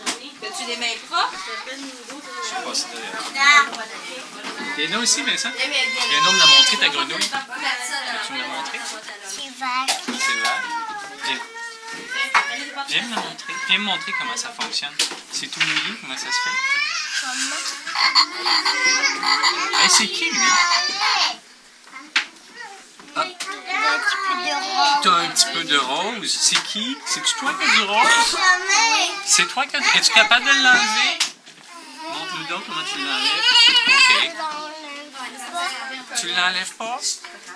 as-tu les mains propres? Je sais pas si t'as- T'es là aussi, Vincent? Eh bien, bien. Viens, homme l'a montré ta grenouille. Tu me l'as montré? C'est vert. C'est vrai. Viens, viens me la montrer. Viens me montrer comment ça fonctionne. C'est tout mouillé, comment ça se fait. Hey, c'est qui, lui? Un petit peu de rose. T'as un petit peu de rose. C'est qui? C'est-tu toi qui as du rose? C'est toi qui as... Es-tu capable de l'enlever? Montre-nous donc comment tu l'enlèves. Ok. Tu l'enlèves pas?